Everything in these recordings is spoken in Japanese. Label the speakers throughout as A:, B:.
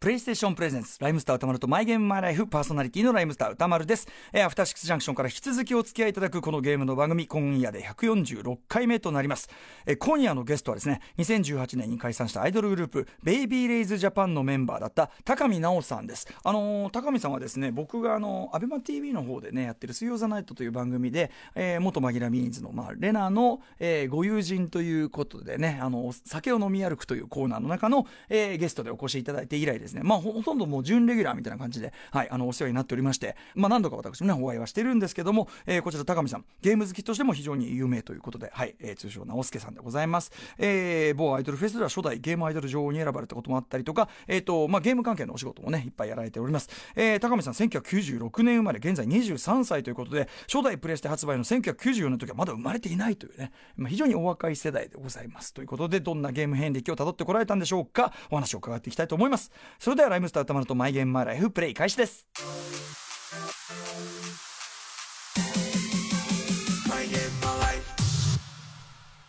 A: プレイステーションプレゼンツ、ライムスター歌丸とマイゲームマイライフパーソナリティのライムスター歌丸です。えー、アフターシックスジャンクションから引き続きお付き合いいただくこのゲームの番組、今夜で146回目となります。えー、今夜のゲストはですね、2018年に解散したアイドルグループ、ベイビーレイズジャパンのメンバーだった高見直さんです。あのー高見さんはですね、僕があの、アベマ TV の方でね、やってる水曜ザナイトという番組で、えー元マギラミーンズの、まあ、レナの、えーご友人ということでね、あの、酒を飲み歩くというコーナーの中の、えーゲストでお越しいただいて以来ですね、まあ、ほほとんどもう準レギュラーみたいな感じで、はい、あの、お世話になっておりまして、まあ、何度か私もね、お会いはしてるんですけども、えーこちら高見さん、ゲーム好きとしても非常に有名ということで、はい、えー通称、直輔さんでございます。えー某アイドルフェスでは初代ゲームアイドル女王に選ばれたこともあったりとか、えっ、と、まあ、ゲーム関係のお仕事もね、いっぱいやられております。えー高見さん、1996年生まれ、現在23歳ということで、初代プレステ発売の1994年の時はまだ生まれていないというね、まあ、非常にお若い世代でございます。ということで、どんなゲーム遍歴をたどってこられたんでしょうか、お話を伺っていきたいと思います。それでは、ライムスター歌丸とマイゲームマイライフ、プレイ開始です。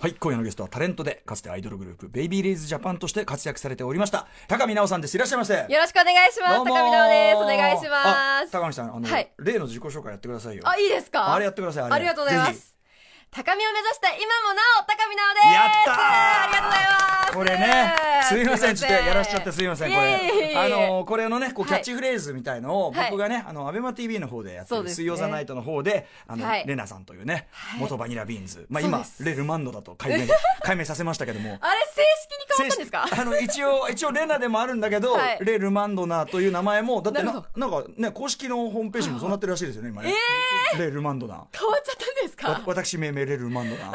A: はい、今夜のゲストはタレントで、かつてアイドルグループ、ベイビーレイズジャパンとして活躍されておりました、高見直さんです。いらっしゃいませ。
B: よろしくお願いします。
A: どう
B: 高見
A: もー
B: 直です。お願いしま
A: あ
B: す。
A: 高見さん、あの、
B: はい
A: 例の自己紹介やってくださいよ。
B: あ、いいですか
A: あれやってくださいあ
B: あ
A: れ
B: りがとうございま
A: ぜ
B: す。高みを目指して、今もなお、高見直です。
A: やったー
B: ありがとうございます。
A: これね、すいません、ちょっとやらしちゃってすいません、こ
B: いえいえ
A: れ。
B: いえ
A: あの、これのね、こう、キ
B: は
A: ャ
B: い
A: ッチフレーズみたいのを、
B: はい
A: 僕がね、あの、アベマ TV の方でやって
B: そう
A: る、
B: ですね
A: 水曜ザナイトの方で、あの
B: は、い
A: レナさんというね、元バニラビーンズ。まあ
B: そう
A: 今
B: で、す
A: レルマンドだと解 明、解明させましたけども。
B: あれ、正式に変わったんですか
A: 正式あの、一応、一応、レナでもあるんだけど、
B: はい
A: レ・ルマンドナーという名前も、だって
B: なる
A: な、なんかね、公式のホームページもそうなってるらしいですよね、今ね。レ・ルマンドナー。
B: 変わっちゃったんです
A: わ
B: か
A: 私命名レルマンドな、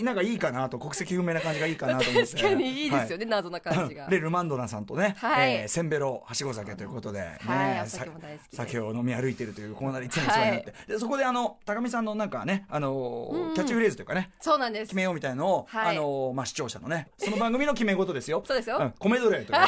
A: なんかいいかなと国籍不明な感じがいいかなと思って
B: 確かにいいですよね、謎な
A: は
B: 感
A: い
B: じが。
A: レルマンドナさんとね、
B: はい
A: えーせんべろはしご酒ということで、ね
B: はいお
A: さ
B: 酒も大好きです
A: 酒を飲み歩いてるというコーナーでいつもお世話になって、でそこであの高見さんのなんかね、あのーキャッチフレーズというかね
B: そうなんです
A: 決。めようみたいのを、
B: はい
A: あのーまあ、視聴者のねその番組の決め事ですよ
B: そうですよ
A: ん、米奴隷という ね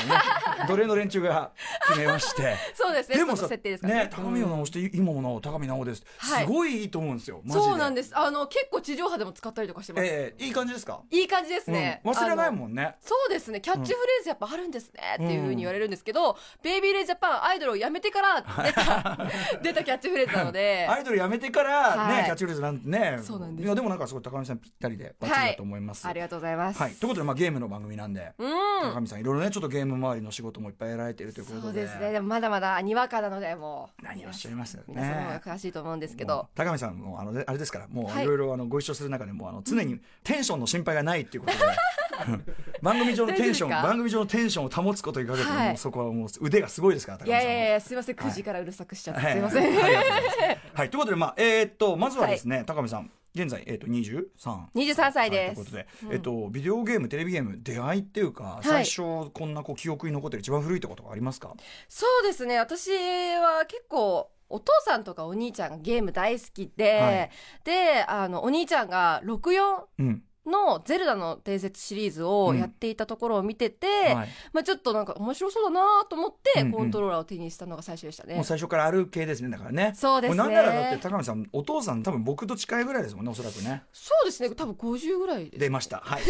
A: 奴隷の連中が決めまして
B: そうですね、その設定ですから
A: ね高見を直して今もなお高見直です、
B: はい
A: すごいいいと思うんですよマジで
B: そうなんです。あの、結構地上波でも使ったりとかしてます。
A: ええいい感じですか、
B: いい感じですね。
A: うん、忘れない
B: ん
A: もんね
B: そうですね、キャッチフレーズやっぱあるんですね、っていうふうに言われるんですけど、ベイビーレイジャパン、アイドルを辞めてから出た、出たキャッチフレーズなので、
A: アイドルやめてからね、
B: はい
A: キャッチフレーズなんてね
B: そうなんです
A: いやでもなんかすごい高見さんぴったりでバッチリだと思います、
B: ありがとうございます。
A: はい、ということで、まあ、ゲームの番組なんで、
B: うん。
A: 高見さんいろいろねちょっとゲーム周りの仕事もいっぱいやられているということで
B: そうですね、でもまだまだにわかなので、もう。
A: 何をおっしゃいますよ
B: 皆さんの方が
A: ね
B: 詳しいと思うんですけ
A: も
B: ど
A: う。高見さんもあのねあれですからもう
B: はい
A: いろいろあのご一緒する中でもあの常にテンションの心配がないっていうことで 番組上のテンション
B: 大丈夫ですか
A: 番組上のテンションを保つことにかけて、
B: はい
A: もうそこはもう腕がすごいですから高
B: い
A: 見さん
B: や
A: も。
B: いやいや、すいません、9時からうるさくしちゃって、
A: はい
B: すいません。
A: ありがとうございますはい、ということで、まあ、えーっと、まずはですね、高見さん、現在、えーっと、23。
B: 23歳
A: はい
B: で
A: というこ
B: す。
A: とで、えーっと、ビデオゲーム、テレビゲーム、出会いっていうか、最初、こんなこう記憶に残ってる一番古いとことかありますか。
B: そうですね、私は結構、お父さんとかお兄ちゃんがゲーム大好きで、
A: はい
B: で、あの、お兄ちゃんが64
A: うん、
B: のゼルダの伝説シリーズをやっていたところを見てて、
A: はい、
B: まあちょっとなんか面白そうだなと思って、
A: うんうん
B: コントローラーを手にしたのが最初でしたね。
A: もう最初からある系ですね、だからね。
B: そうですね
A: もなんなら、だって、高見さん、お父さん、多分僕と近いぐらいですもんね、おそらく ね。
B: そうですね、多分50ぐらいです。
A: 出ました。 はい。い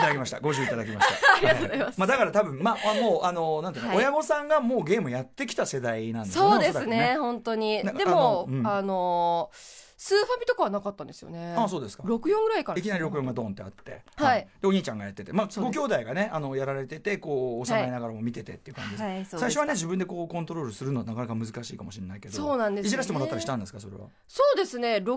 A: ただきました。ご注意いただきました。ありがとうご
B: ざいます
A: まあだから多分、まあ、あもう、あの、なんていうの、
B: はい
A: 親御さんがもうゲームやってきた世代なんですよね。
B: そうで
A: おそ
B: す
A: ら
B: ね
A: く
B: 本当に。
A: なんか
B: でも、
A: あ
B: あ
A: の
B: の,、
A: うん
B: スーファミとかはなかったんですよね。
A: あ、そうですか。
B: 64ぐらいから
A: いき
B: です
A: な
B: ね、
A: り録音がドンってあって、
B: はい
A: でお兄ちゃんがやってて、まあ、
B: そう
A: ご
B: です
A: 兄弟がねあのやられててこう幼いながらも見ててっていう感じです、
B: はい、そ
A: 最
B: うで
A: 初
B: す
A: はね自分でこうコントロールするのはなかなか難しいかもしれないけど
B: そうなんですよね
A: いじらせてもらったりしたんですかそれは
B: そうですね、64の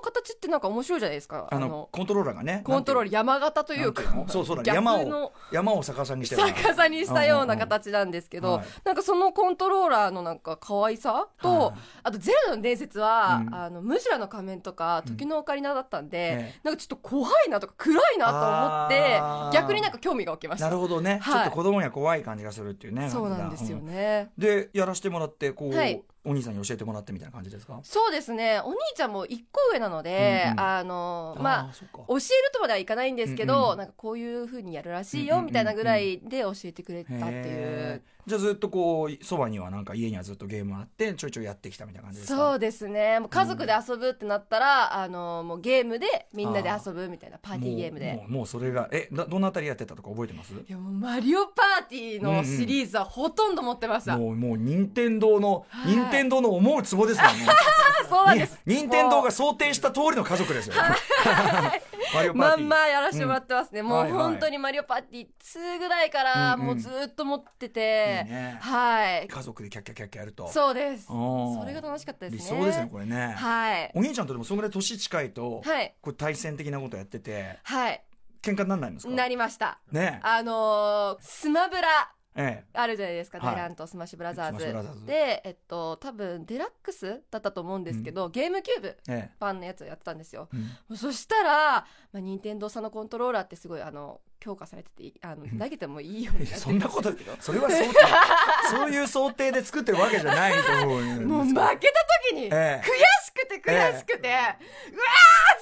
B: 形ってなんか面白いじゃないですか。
A: あ
B: あ
A: の
B: の、
A: コントローラーがね
B: コントロール山形と
A: と
B: いうか、
A: そうそうだ
B: 逆
A: 山を
B: の
A: 山を逆さにしてる
B: 逆さにしたような形なんですけ
A: うんうん
B: ど
A: うんはい、
B: なんかそのコントローラーのなんか可愛さ
A: はい
B: と、あとゼルダの伝説は
A: う、ん
B: あの、ムジュラの仮面とか、時のオカリナだったん
A: え
B: で
A: え、
B: なんかちょっと怖いなとか暗いなと
A: あ
B: 思
A: ー
B: って、逆になんか興味が起きまし
A: な
B: た。
A: るほどね、
B: は
A: ち
B: い
A: ょっと子供には怖い感じがするっていうね
B: そうなんですよ
A: うん
B: ね。
A: でやらせてもらってこう、
B: はい
A: お兄さんに教えてもらってみたいな感じですか
B: そうですねお兄ちゃんも一個上なので、
A: うんうん
B: あのまあ
A: ーそっか
B: 教えるとまではいかないんですけど、
A: うんうん
B: なんかこういうふうにやるらしい
A: うん
B: よ
A: うんうんうん
B: みたいなぐらいで教えてくれたっていう、
A: へーじゃあずっとこうそばにはなんか家にはずっとゲームあってちょいちょいやってきたみたいな感じですか
B: そうですねもう家族で遊ぶってなったら、あのもうゲームでみんなで遊ぶみたいなパーティーゲーム
A: も
B: で
A: うもうもうそれがえだどのあたりやってたとか覚えてます
B: いやもうマリオパーティーのシリーズはほとんど持ってました、
A: もうもう任天堂の
B: はい
A: 任天堂の思うツボですからね
B: あ そうなんです
A: に任天堂が想定した通りの家族ですよ マリオパーテ
B: ま
A: ィー
B: んまやらせてもらってますね、も
A: は
B: う
A: いはい
B: 本当に「マリオパーティー2」ぐらいから
A: うんうん
B: もうずっと持ってて、
A: いいね
B: はい
A: 家族でキャッキャキャッキャやると
B: そうです
A: おー
B: それが楽しかった
A: 理
B: ですね
A: 想ですねこれね、
B: はい
A: お兄ちゃんとでもそのぐらい年近いと、
B: はい
A: こう対戦的なことやってて
B: はい
A: 喧嘩にならないんですか
B: なりました
A: ね
B: あのースマブラ
A: え
B: あるじゃないですか、
A: はい
B: デランとスマッシュブラザー
A: スマッシュブラザー
B: ズ
A: ズ
B: でえっと多分デラックスだったと思うんですけど、ゲームキューブ
A: ええ
B: 版のやつをやってたんですよ
A: え、うん
B: そしたら、まあ、任天堂さんのコントローラーってすごいあの強化されててあの投げてもいいようになってる
A: そんなこと
B: ですけど
A: それは想定 そういう想定で作ってるわけじゃないと思うんですよ
B: もう負けた時に、
A: ええ
B: 悔しくて悔しくて、うわーっ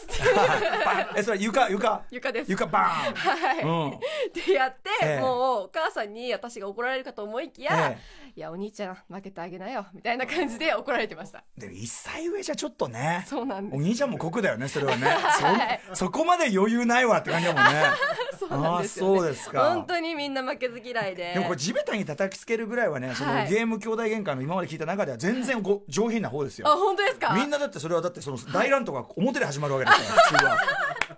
B: つって
A: バンえそれ床床
B: 床です
A: 床バ
B: はい、
A: ーン、うん、
B: でやって、
A: ええ
B: もうお母さんに私が怒られるかと思いきや、
A: え
B: いやお兄ちゃん負けてあげなよみたいな感じで怒られてました
A: えでも1歳上じゃちょっとね
B: そうなんで
A: お兄ちゃんも酷だよねそれはね、
B: はい
A: そそこまで余裕ないわって感じだもんね
B: す そうなんですよ、
A: あ
B: ね、
A: ーそうですか
B: 本当にみんな負けず嫌いで
A: でもこれ地べたに叩きつけるぐらいはね、その
B: はい
A: ゲーム兄弟喧嘩の今まで聞いた中では全然ご上品な方ですよ
B: あ本当ですか
A: みんなだってそれはだってその大乱闘が表で始まるわけ だから普通は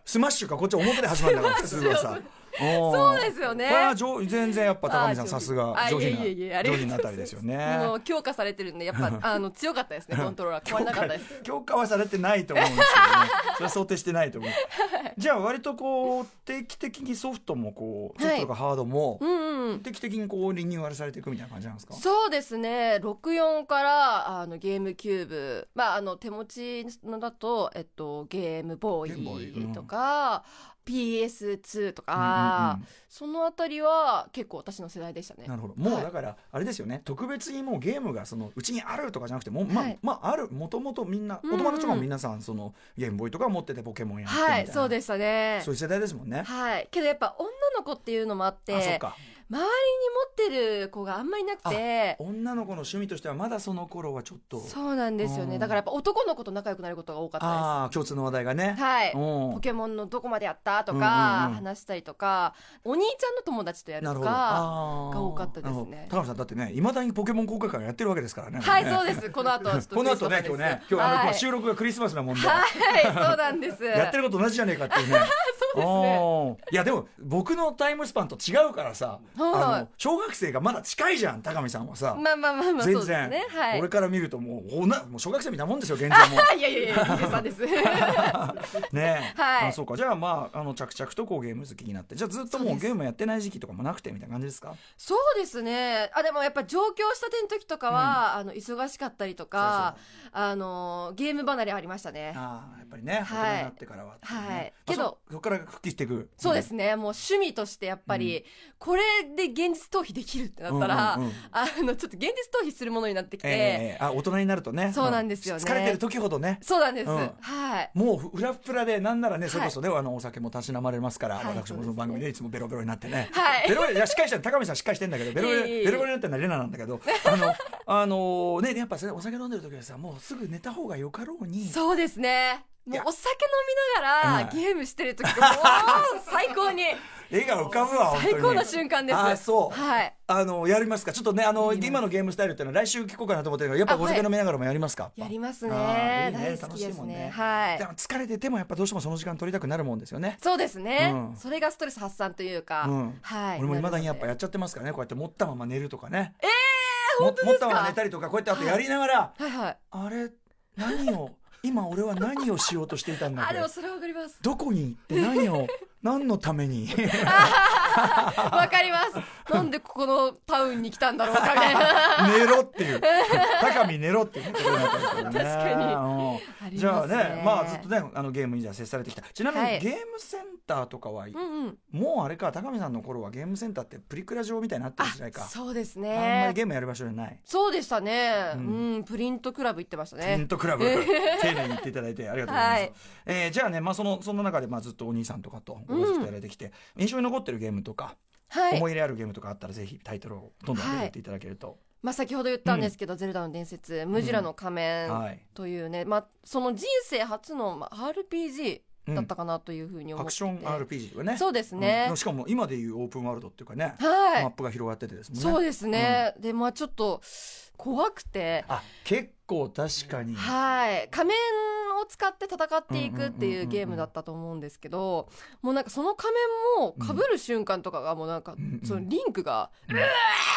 A: スマッシュかこっちは表で始まるんだから普通はさそ
B: そうですよね
A: これは上全然やっぱ高見さん
B: あ
A: さすが
B: あ
A: 上品
B: いえいえいえ
A: な
B: あり
A: 上品ない
B: がとうござま
A: あ
B: す
A: たりですよね
B: もう強化されてるんでやっぱ あの強かったですねコントローラー壊れなかったです
A: 強化はされてないと思うんですけど ねそれは想定してないと思うじゃあ割とこう定期的にソフトもこうソ
B: は
A: フ
B: い
A: トとかハードも
B: うんうん
A: 定期的にこうリニューアルされていくみたいな感じなんですか
B: そうですね64からあのゲームキューブ、まあ、あの手持ちのだと、えっと、ゲームボ
A: ゲームボーイ
B: ー
A: うん
B: イとか、PS2 と
A: うんうん
B: か、
A: うん
B: そのあたりは結構私の世代でしたね
A: なるほども
B: は
A: う
B: い
A: だからあれですよね、特別にもうゲームがそのうちにあるとかじゃなくてもうま,、
B: はい
A: まああるもともとみんな
B: うんう
A: お
B: ん
A: 友達も皆さんそのゲームボーイとか持っててポケモンやってみたいな、
B: はいそうでしたね
A: そういう世代ですもんね、
B: はいけどやっぱ女の子っていうのもあって
A: あそっ
B: 周りに
A: か
B: 持ってる子があんまりなくて
A: 女の子の趣味としてはまだその頃はちょっと
B: そうなんですよ
A: う
B: ね
A: ん
B: だからやっぱ男の子と仲良くなることが多かった
A: ああ共通の話題がね
B: ですはい
A: うん
B: ポケモンのどこまでやったと
A: うんうん
B: か
A: うん
B: 話したりとか、お兄ちゃんの友達とやる
A: なる
B: と
A: ほど
B: か
A: あー
B: が多かったですね
A: なるほど高野さんだってねいまだにポケモン公開会やってるわけですからね
B: はいそう
A: う
B: ですこの後ちょっ と
A: この後ね今日ね今日あの、
B: は
A: 今
B: い、
A: 日収録がクリスマスなもんで、
B: はいそうなんです
A: やってること同じじゃねえかっていうね
B: そうですね
A: おーいやでも僕のタイムスパンと違うからさ、
B: はい
A: あの小学生がまだ近いじゃん高見さんはさ、
B: まあまあまあまあそ
A: 全
B: うです
A: 然、
B: ねはい
A: 俺から見るともうおなもう小学生みたいなもんですよ現状 も
B: いやいやいや23です
A: ねえ、
B: はい
A: あそうかじゃあまああの着々とこうゲーム好きになってじゃあずっと
B: そう
A: もう
B: です
A: ゲームやってない時期とかもなくてみたいな感じですか
B: そうですねあでもやっぱ上京したての時とかは、あの忙しかったりとかあのゲーム離れありましたね
A: ああやっぱりね大
B: はい
A: 人になってからはってうね、
B: はい
A: まあ
B: けど
A: そそこから復帰していく
B: そうですね、もう趣味としてやっぱり、これで現実逃避できるってなったら、
A: うんうんうん
B: あのちょっと現実逃避するものになってきて、
A: ええええあ大人になるとね
B: そうなんですよね
A: 疲れてる時ほどね
B: そうなんです、
A: うん
B: はい
A: もうフラフラでなんならね
B: い
A: それこそね、あのお酒もたしなまれますから、
B: はい
A: 私も
B: そうですね
A: この番組でいつもベロベロになってね、
B: はい
A: ベロベロいや司会者高見さん司会してんだけどベロベロ
B: いえいえいえ
A: ベロベロになってるのはレナなんだけどあのあのねやっぱそれお酒飲んでる時はさもうすぐ寝た方がよかろうに
B: そうですね
A: い
B: もう
A: や
B: お酒飲みながら
A: はい
B: ゲームしてる時がもう 最高に
A: 絵が浮かぶわ本当に
B: 最高の瞬間です
A: あそう
B: はい
A: あのやりますかちょっとねあの今のゲームスタイルっていうのは来週聞こうかなと思ってるけどやっぱ
B: あはい
A: お酒飲みながらもやりますか
B: やりますね
A: あーいい
B: 大好
A: 楽
B: き
A: し
B: で
A: い
B: す
A: も
B: ね
A: んね
B: はい
A: でも疲れててもやっぱどうしてもその時間取りたくなるもんですよね
B: そうですね、
A: うん
B: それがストレス発散というか、
A: うん
B: はい
A: 俺もいまだにやっぱ
B: な
A: や
B: る
A: っちゃってますからねこうやって持ったまま寝るとかねえ
B: ー本当です
A: 持
B: か
A: ったまま寝たりとかこうやってあとやりながら、
B: のではいはい
A: あれ何を今俺は何をしようとしていたんだ
B: あ
A: っけ
B: でもそれわかります
A: どこに行って何 を何のために
B: わかります なんでここのタウンに来たんだろうかみたいな
A: 寝ろっていう高見寝ろっていうねことになったんですけどね
B: 確かに
A: うん
B: ありますね
A: じゃあねまあずっとねあのゲームにじゃあ接されてきたちなみに、
B: はい
A: ゲームセンターとかは、
B: うんうん
A: もうあれか高見さんの頃はゲームセンターってプリクラ上みたいになってる時代か
B: そうです
A: あんまり
B: ね
A: ゲームやる場所じゃない
B: そうでしたね
A: う
B: うんん、プリントクラブ行ってました
A: プリ
B: ね
A: ントクラブ、
B: えー
A: 丁寧に言っていただいてありがとうございます、
B: はい
A: えーじゃあね、まあ、そのそんな中で、まあ、ずっとお兄さんとかとお付き合いされてきて、印象に残ってるゲームとか、
B: はい
A: 思い入れあるゲームとかあったらぜひタイトルをどんどん入れていただけると、
B: まあ、先ほど言ったんですけど「ゼルダの伝説」「ムジュラの仮面」
A: はい
B: というね、まあ、その人生初のまあ RPG
A: うん
B: だったかなというふうに思
A: ア
B: っ
A: ク
B: て
A: シ
B: て、
A: ョン RPG とかね
B: そうですね
A: うんしかも今でいうオープンワールドっていうかね、
B: はい、
A: マップが広がっててですもんね
B: そうですね、でまあちょっと怖くて
A: あ結構確かに、
B: はい仮面を使って戦っていくっていうゲームだったと思うんですけどもうなんかその仮面もかぶる瞬間とかがもうなんか、
A: んうん
B: そのリンクが「うわ!」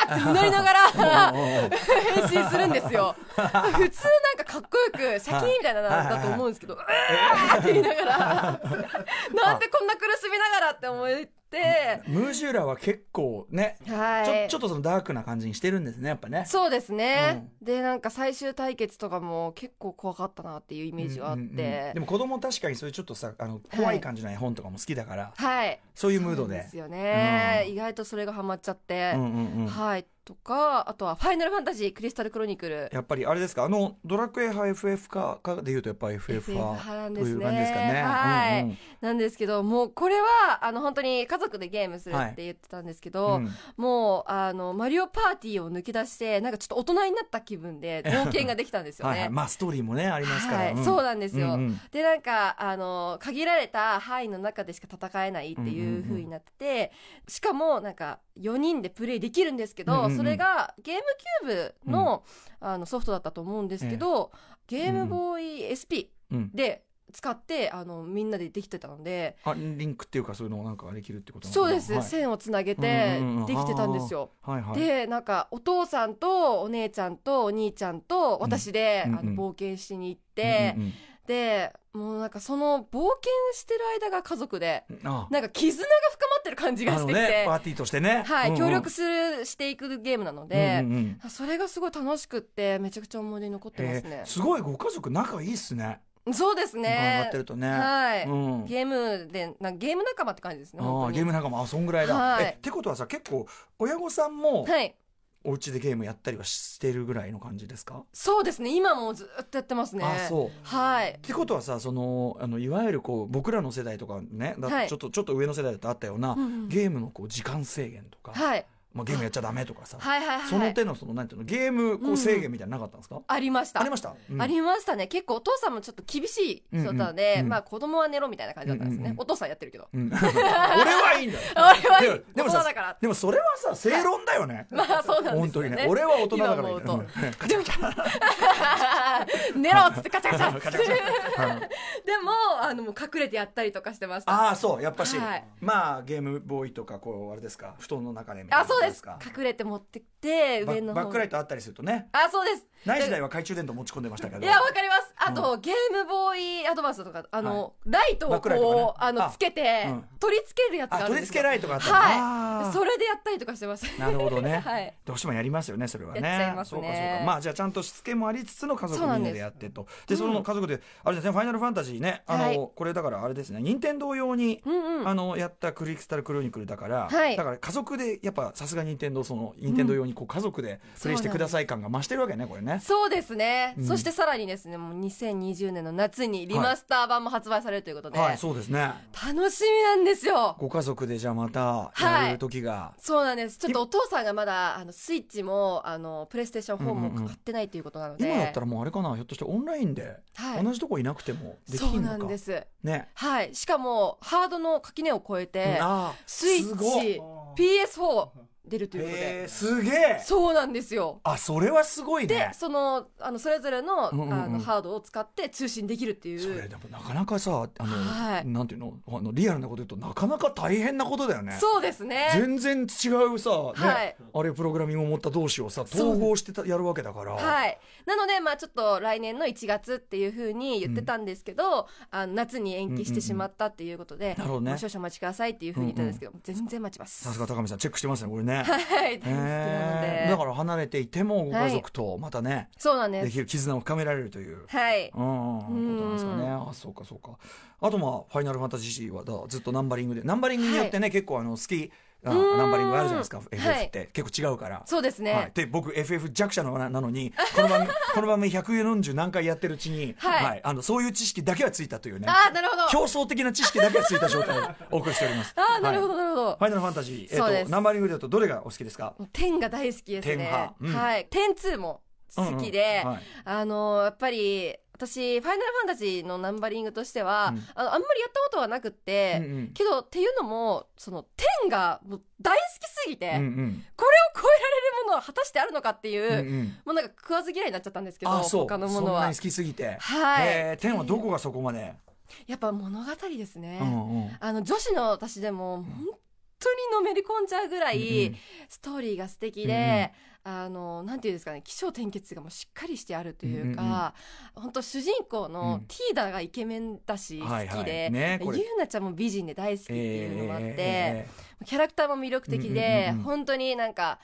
B: ってうなりながら 変身するんですよ普通なんかかっこよくシャキーンみたいなのだと思うんです けど「うわ!」って言いながら なんでこんな苦しみながらって思って。
A: ムージュラは結構ね、
B: はい、
A: ちょちょっとそのダークな感じにしてるんですねやっぱね
B: そうですね、でなんか最終対決とかも結構怖かったなっていうイメージはあって、
A: うんうんうんでも子供確かにそういうちょっとさあの怖い感じの絵本とかも好きだから、
B: はい
A: そういうムードで
B: そうなんですよね、
A: うん
B: 意外とそれがハマっちゃって、
A: うんうんうん
B: はいとかあとは「ファイナルファンタジークリスタルクロニクル」
A: やっぱりあれですかあのドラクエ派 FF かかでいうとやっぱ FF 派
B: FF なん
A: と
B: です
A: い
B: ね
A: う感じですかね。
B: はい
A: うんうん
B: なんですけどもうこれはあの本当に家族でゲームするって言ってたんですけ
A: う
B: ど、
A: ん
B: もうあのマリオパーティーを抜け出してなんかちょっと大人になった気分で冒険ができたんですよね。
A: はいはい、まあストーリーもねありますから、
B: はいそうなんですよ
A: うんうん
B: でなんかあの限られた範囲の中でしか戦えないっていう風になってて、しかもなんか4人でプレイできるんですけど、
A: うんうんうん
B: それがゲームキューブの,、あのソフトだったと思うんですけど、ゲームボーイ SP
A: うん
B: で使って、あのみんなでできてたので、
A: あリンクっていうかそういうのをなんかできるってことなの
B: そ
A: か
B: う
A: な
B: です、
A: はい
B: 線をつなげて
A: うんうんうん
B: できてたんですよ。
A: はいはい、
B: でなんかお父さんとお姉ちゃんとお兄ちゃんと私で、
A: うん
B: あ
A: うんう
B: の
A: ん
B: 冒険しに行って。
A: うんうん
B: でもうなんかその冒険してる間が家族で
A: うんあ
B: なんか絆が深まってる感じが
A: あ
B: し
A: の
B: てきて、
A: ねパーティーとしてね、
B: はい、
A: うんうん
B: 協力するしていくゲームなので、
A: うんうんうん
B: それがすごい楽しくってめちゃくちゃ思い出に残ってます
A: え
B: ね
A: ー、すごいご家族仲いいっすね
B: そうです
A: 伺っ
B: ね
A: てるとね、
B: はい、
A: うん、
B: ゲームでなんかゲーム仲間って感じですね
A: あ
B: 本
A: あ
B: 当に
A: ゲームなんかもあそんぐらいだ、
B: はい
A: えってことはさ結構親御さんも
B: はい
A: お家でゲームやったりはしてるぐらいの感じですか、
B: そうですね今もずっとやってますね
A: ああそう
B: はい
A: ってことはさそのあのいわゆるこう僕らの世代とかねだ
B: はい
A: ちょっとちょっと上の世代だとあったような、
B: うんうん
A: ゲームのこう時間制限とか、
B: はい
A: まあ、ゲームやっちゃダメとかさ、
B: はいはい
A: そ
B: は
A: の
B: い
A: 手のそのなんていうのゲーム
B: うん
A: こ
B: う
A: うん制限みたいなのなかったんですか、
B: ありました
A: ありました、うん
B: ありましたね結構お父さんもちょっと厳しい人だったの
A: う
B: で、
A: んうんうん
B: まあ子供は寝ろみたいな感じだったんですね、
A: うんうんうん
B: お父さんやってるけど
A: うん 俺はいいんだよ
B: 俺はいい
A: でもでも
B: 大
A: さ
B: 人だから
A: でもそれはさ正論だよね、
B: まあそうなん
A: 本
B: です
A: 当
B: よ
A: に
B: ね
A: ね俺は大人だからいいんだ
B: 今
A: よ
B: 思うとでも寝ろっつってカチャカ チャっつって
A: うん
B: でもあのもう隠れてやったりとかしてましたあ
A: ああそうやっぱし、
B: はい
A: まあゲームボーイとかこうあれですか布団の中でみたいな
B: そうです
A: か
B: 隠れて持ってきて
A: バ
B: 上の
A: バッ
B: 方
A: クライトあったりするとね
B: あそうです
A: ない時代は懐中電灯持ち込んでましたけど
B: いやわかりますあと、ゲームボーイアドバンスとかあの、ライト
A: バ
B: を
A: ックライトがね
B: こうあの
A: あ
B: つけて、
A: うん
B: 取り付けるやつが
A: あ
B: あるん
A: 取
B: です
A: り付
B: よ
A: けライトがあったあ
B: はい
A: ー
B: それでやったりとかしてました
A: なるほどね、
B: はい
A: どうしてもやりますよねそれはね
B: やっちゃいますね
A: そうかそうかまあじゃあちゃんとしつけもありつつの家族
B: そう
A: み
B: なんん
A: な
B: です
A: でやってとでその家族で、あれですね「ファイナルファンタジーね」あの、
B: はい
A: これだからあれですね任天堂用に、
B: うんうん
A: あのやったクリスタルクロニクルだから、
B: はい
A: だから家族でやっぱさすが任天堂その任天堂用にこう家族でプレイしてください感が増してるわけねこれね
B: そうですね、
A: うん
B: そしてさらにですねもう2020年の夏にリマスター版も発売されるということで、
A: はいそうですね
B: 楽しみなんですよ
A: ご家族でじゃあまた
B: はい
A: やる時が、
B: そうなんですちょっとお父さんがまだあのスイッチもあのプレイステーション4も
A: うんうんうん
B: 買ってないということなので、
A: 今だったらもうあれかなひょっとしてオンラインで
B: はい
A: 同じとこいなくてもでき
B: そう
A: るの
B: な
A: か、
B: んです
A: ね
B: はいしかもハードの垣根を越えて
A: あー
B: スイ
A: す
B: ッ
A: ごい
B: チ PS4 出るということ
A: へ
B: で
A: ーすげえ
B: そうなんですよ
A: あそれはすごい
B: で
A: ね
B: そのあのそれぞれの,、
A: うんうんうん
B: あのハードを使って通信できるってい
A: そうれでもなかなかさあの、
B: はい
A: なんていうのあのリアルなこと言うとなかなか大変なことだよね
B: そうですね
A: 全然違うさ、ね
B: はい
A: あれプログラミングを持った同士をさ
B: そう
A: 統合してたやるわけだから、
B: はい、なので、まあ、ちょっと来年の1月っていうふうに言ってたんですけど、あの夏に延期してしまったっていうことで、
A: うんうんうんなるほどね
B: もう少々お 待ちくださいっていうふうに言ったんですけど、全然待ちま
A: さ
B: す。
A: すが高見さんチェックしてますねこれね、
B: はい、大好きなので
A: へーだから離れていてもご家族とまたね、
B: そうなんで
A: ですきる絆を深められるという。
B: は
A: う
B: い
A: ん、ことなんですかね。あ、そうか、そうか。あと、まあ、ファイナルファンタジーは、だ、ずっとナンバリングで、ナンバリングによってね、結構、あの、好き。あ
B: うん
A: ナンバリングあるじゃないですか
B: は、い
A: FF って、結構違うから。
B: そうですね、
A: はい、で僕 FF 弱者のななのにこの番組この番組140何回やってるうちに、
B: はい
A: あのそういう知識だけはついたというね
B: ああなるほど
A: 競争的な知識だけはついた状態 をお送りしております
B: ああなるほど
A: はい
B: なるほど、
A: ファイナルファンタジー、え
B: そう
A: ー
B: で
A: と
B: す
A: ナンバリングだとどれがお好きですか
B: もう天が大好きです
A: 天
B: ね
A: 派。うん
B: はい。天2も好きで、
A: うんうんはい
B: あの、やっぱり、私、ファイナルファンタジーのナンバリングとしては、
A: うん
B: あのあんまりやったことはなくって、
A: うんうん
B: けど、っていうのも、その、天がもう大好きすぎ
A: う
B: て、
A: んうん
B: これを超えられるものは果たしてあるのかっていう、
A: うんうん
B: もうなんか食わず嫌いになっちゃったんですけど、
A: あそう
B: 他のもの
A: そんな
B: は
A: に。好きすぎて、
B: はい
A: えー天はどこがそこまで、
B: やっぱ物語ですね。
A: うんうん
B: あの、女子の私でも、本当にのめり込んじゃうぐらい、
A: うんうん
B: ストーリーが素敵で、あの、なんていうんですかね、起承転結がもうしっかりしてあるというか、本当主人公
A: う
B: の
A: ん
B: ティーダがイケメンだし、好
A: はい
B: き
A: はい
B: で、
A: ねこれ
B: ゆうなちゃんも美人で大好きっていうのもあって、
A: え
B: キャラクターも魅力的で、
A: うんうんうんうん
B: 本当になんか、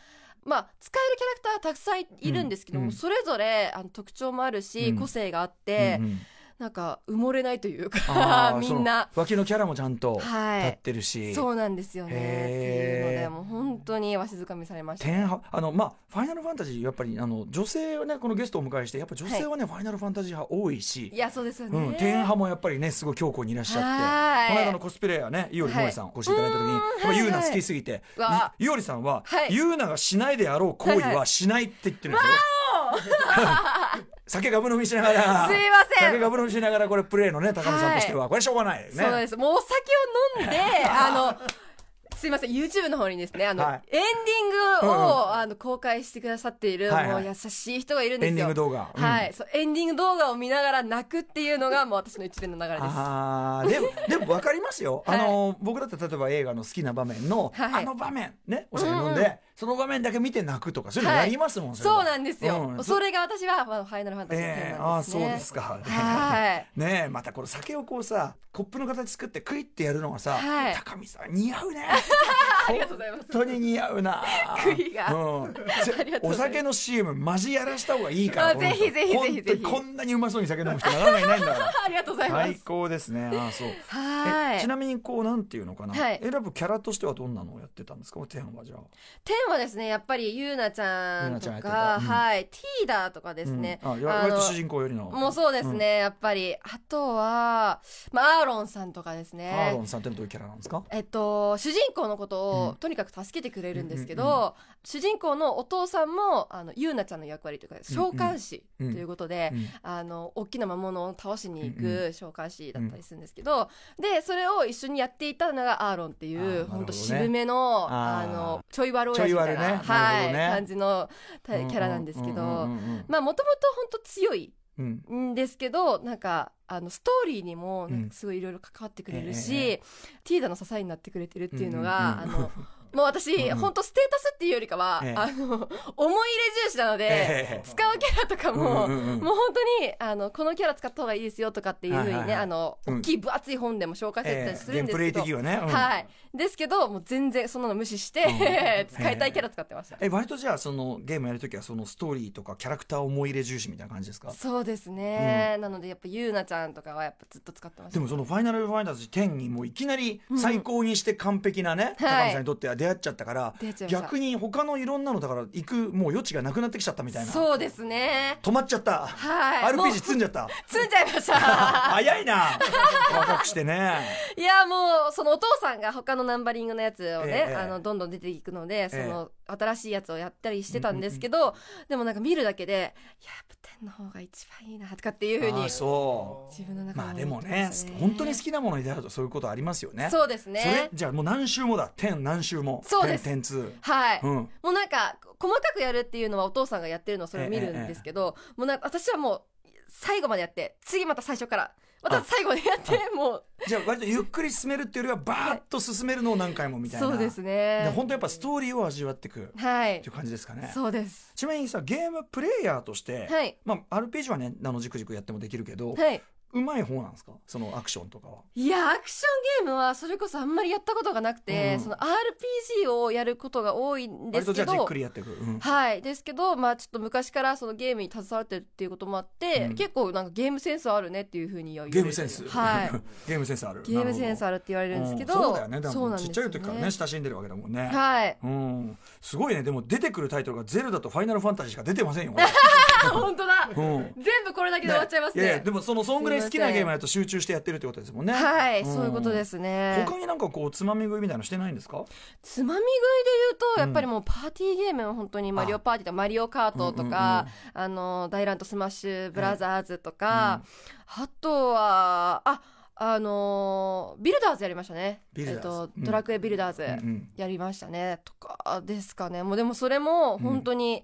B: まあ、使えるキャラクターはたくさんいるんですけども、
A: うん
B: それぞれあの特徴もあるし、
A: うん
B: 個性があっ
A: ーえー
B: て、
A: うんう ん
B: なんか埋もれないという
A: あ
B: か、
A: ー
B: みんな。
A: その脇のキャラもちゃんと
B: はい
A: 立ってるし、
B: そうなんですよね。っ
A: へー
B: ていうので、もう本当にわしづかみされました。
A: 天派あのまあファイナルファンタジーやっぱりあの女性はねこのゲストをお迎えしてやっぱ女性はね、ファイナルファンタジー派多いし
B: いや、そうですよね。
A: うん、天派もやっぱりねすごい強固にいらっしゃって
B: はい
A: この間のコスプレイヤーね伊織萌さんお越しいただいた時に、やっぱユーナ好きすぎて
B: はいはい
A: い伊織さんは、
B: はい
A: ユーナがしないであろう行為はしないって言ってるんですよ。 酒がぶ飲みしながら
B: すいません
A: 酒がぶ飲みしながらこれプレーのね高見さんとしては、これしょうがないね。
B: そうです。もうお酒 を飲んで、あの、すいません、YouTube の方にですね、あの、
A: はい
B: エンディングを、
A: うんうん
B: あの公開してくださっている、
A: はいはい
B: もう優しい人がいるんで
A: エン
B: すよ。
A: ディング動画、うん
B: はい、そう、エンディング動画を見ながら泣くっていうのが、もう私の一連の流れです。
A: あーでもでも分かりますよ、
B: はい
A: あの僕だって例えば映画の好きな場面の、
B: はい
A: あの場面ねお酒飲んで、
B: うんうん
A: その場面だけ見て泣くとかそういうのやりますもん、れは
B: そうなんですよ。
A: うん
B: それが私は、まあ、ファイナルファンタジーのテ
A: ええ
B: ー
A: あ
B: マ
A: あ
B: ですね。
A: そうですか。。
B: はい
A: ねえまたこの酒をこうさコップの形作ってクイってやるのがさ、
B: はい
A: 高見さん似合うね。
B: ありがとうございます。
A: 本当に似合うな。
B: クイが
A: うん
B: ありがとう
A: お
B: ございます
A: 酒の CM マジやらした方がいいから。
B: あぜひぜひぜひぜひ
A: 本当にこんなにうまそうに酒飲む人なかなかいないんだから。
B: ありがとうございま
A: 最
B: す。
A: 高ですね。ああそう。
B: は
A: え
B: い
A: ち。なみにこうなんていうのかな、
B: はい
A: 選ぶキャラとしてはどんなのをやってたんですか天はじゃあ
B: 天はですね、やっぱりゆうなちゃんと
A: ゆうなちゃんや
B: か、
A: ってたうん
B: はい、ティーダーとかですね。
A: うんあいわ割と主
B: の
A: 人公よりの
B: もうそうですね、やっぱり。あとは、まあ、アーロンさんとかです
A: うんアーロ
B: ね。
A: ンさんってのはどういうキャラなんですか
B: えっと、主人公のことを、
A: うん
B: とにかく助けてくれるんですけ
A: うんうん
B: ど、主人公のお父さんも、あの、ゆうなちゃんの役割というか、召喚師ということで、
A: うん
B: あの、大きな魔物を倒しに
A: う
B: 行
A: ん
B: く召喚師だったりするんですけど、で、それを一緒にやっていたのがアーロンってい
A: あーなるほ
B: う、
A: どね
B: ほんと渋めの、
A: あー
B: あの、ちょい悪親父みたいな、
A: ちょい悪ねなる
B: は
A: ほ
B: い、
A: どね
B: 感じのたキャラなんですけ
A: う
B: ど
A: ん、うんうん
B: まあ、もともと本当強い
A: うんうん
B: んですけど、なんか、あの、ストーリーにも、なん
A: うん
B: かすごいいろいろ関わってくれるし、
A: え
B: ティーダの支えになってくれてるっていうのが、
A: うんうんうん
B: あの、もう私、
A: うん
B: 本当ステータスっていうよりかは、
A: ええ
B: あの、思い入れ重視なので、
A: ええ
B: 使うキャラとかも、
A: うんうんうん
B: もう本当に、あの、このキャラ使った方がいいですよとかっていうふうにね、
A: はいはいはい
B: あの、
A: うん
B: 大きい分厚い本でも紹介されてたりするんですけ
A: ええゲームプレイ的
B: ど、
A: はね、うん
B: はい。ですけど、もう全然そんなの無視 して、
A: うん
B: 使いたいキャラ使ってました。
A: え割とじゃあそのゲームやるときはそのストーリーとかキャラクター思い入れ重視みたいな感じですか
B: そうですね、なのでやっぱゆうなちゃんとかはやっぱずっと使ってました
A: でもそのファイナルファイナル10にもういきなり最高にして完璧なね、
B: はい
A: 高見さんにとっては出会っちゃったから
B: 出会っちゃいました
A: 逆に他のいろんなのだから行くもう余地がなくなってきちゃったみたいな
B: そうですね。
A: 止まっちゃった、
B: はい。もう
A: RPG 積んじゃった
B: 積んじゃいました。
A: 早いな若くしてね
B: いや、もう、そのお父さんが他のナンバリングのやつをね
A: え、え
B: あの、どんどん出ていくので、その、新しいやつをやったりしてたんですけど、でもなんか見るだけで、いや、やっぱ天の方が一番いいな、とかっていうふう
A: あ
B: に
A: あ、そ
B: 自分の中
A: うまあ
B: で、
A: でもね本当に好きなものに出会うとそういうことありますよね
B: そうです
A: それ
B: ね。
A: じゃあもう何週もだ10何週も
B: そうです
A: 10 2
B: はい。
A: うん
B: もうなんか、細かくやるっていうのはお父さんがやってるのをそれを見るんですけど、もうなんか私はもう、最後までやって、次また最初から、また最後までやって、も
A: じゃあ割とゆっくり進めるっていうよりはバーッと進めるのを何回も
B: う、
A: みたいな
B: そうです
A: で
B: ね。
A: 本当やっぱストーリーを味わっていくっ
B: はい
A: ていう。感じですかね
B: そうです。
A: ちなみにさゲームプレイヤーとして、
B: はい
A: まあ、RPG はねあのじくじくやってもできるけど、
B: はい。
A: うまい方なんですかそのアクションとかは。
B: いや、アクションゲームはそれこそあんまりやったことがなくて、
A: うん
B: その RPG をやることが多いんで
A: 割と
B: す
A: じゃ
B: け
A: あじっ
B: ど
A: く、りやっていく。うん
B: はい。ですけど、まあちょっと昔からそのゲームに携わってるっていうこともあって、
A: うん
B: 結構なんかゲームセンスあるねっていうふうには言われ
A: ゲ
B: る
A: ームセンス。
B: はい。。
A: ゲームセンスある。
B: ゲームセンス
A: あ
B: あるって言われるんですけど、
A: そうだよね。で
B: そう
A: も
B: なんで
A: ち
B: す
A: っ
B: よ
A: ちゃい時からね、親しんでるわけだもんね。
B: はい。
A: うん、すごいねでも出てくるタイトルが「ゼルダ」と「ファイナルファンタジー」しか出てま せんよ。
B: あ、本当だ。
A: うん
B: 全部これだけで終わっちゃいます
A: いやい
B: ね
A: や。でもそのそんぐらい好きなゲームだと集中してやってるってことですもんね。
B: はい、
A: ん
B: そういうことですね。
A: 他になんかこうつまみ食いみたいなのしてないんですか
B: つまみ食いで言うと、やっぱりもうパーティーゲームは本当にマリオパーティーとかマリオカートとか、あの、大乱闘スマッシュブラザーズとか、あとは、あ、あのービルダーズやりましたね。
A: ビルダーズ
B: えっと、
A: うん
B: ドラクエビルダーズ。
A: うん
B: やりましたねとかですかねもうでもそれも本当に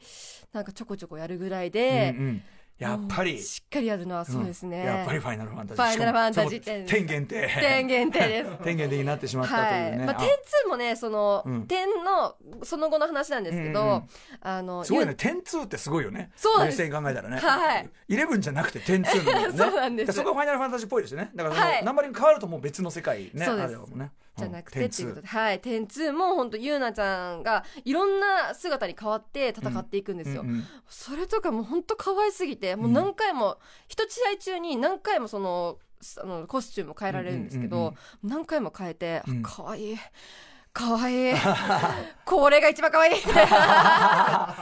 B: なんかちょこちょこやるぐらいで
A: うん、うんやっぱり、
B: しっかりやるのはそうですね、
A: うんやっぱりファイナルファンタジ
B: フ
A: ー
B: ァイナルファンタジー
A: しかも天限定
B: 点限定です
A: 天限定になってしまったというね、
B: はいまあ、
A: あ
B: 点2もねその、
A: うん
B: 点のその後の話なんですけど、
A: うんうん
B: あの
A: すごい
B: ゆ
A: ね点2ってすごいよね
B: そうなんです
A: 冷静に考えたらね、
B: はい、
A: 11じゃなくて点2なんだよね
B: そうなんです
A: そこがファイナルファンタジーっぽいですよねだからその、
B: はい
A: ナンバリング変わるともう別の世界ね
B: そうです
A: あれだもんね
B: じゃなく
A: うん
B: てっていう
A: 点
B: ことで、はい、点2も本当ゆうなちゃんがいろんな姿に変わって戦っていくんです
A: 2
B: よ、
A: うんうん
B: それとかもう本当可愛すぎてもう何回も一試合中に何回もそのあのコスチュームを変えられるんですけど、
A: うんうんうん
B: 何回も変えて、あ
A: うん
B: 可愛い可愛いこれが一番可愛い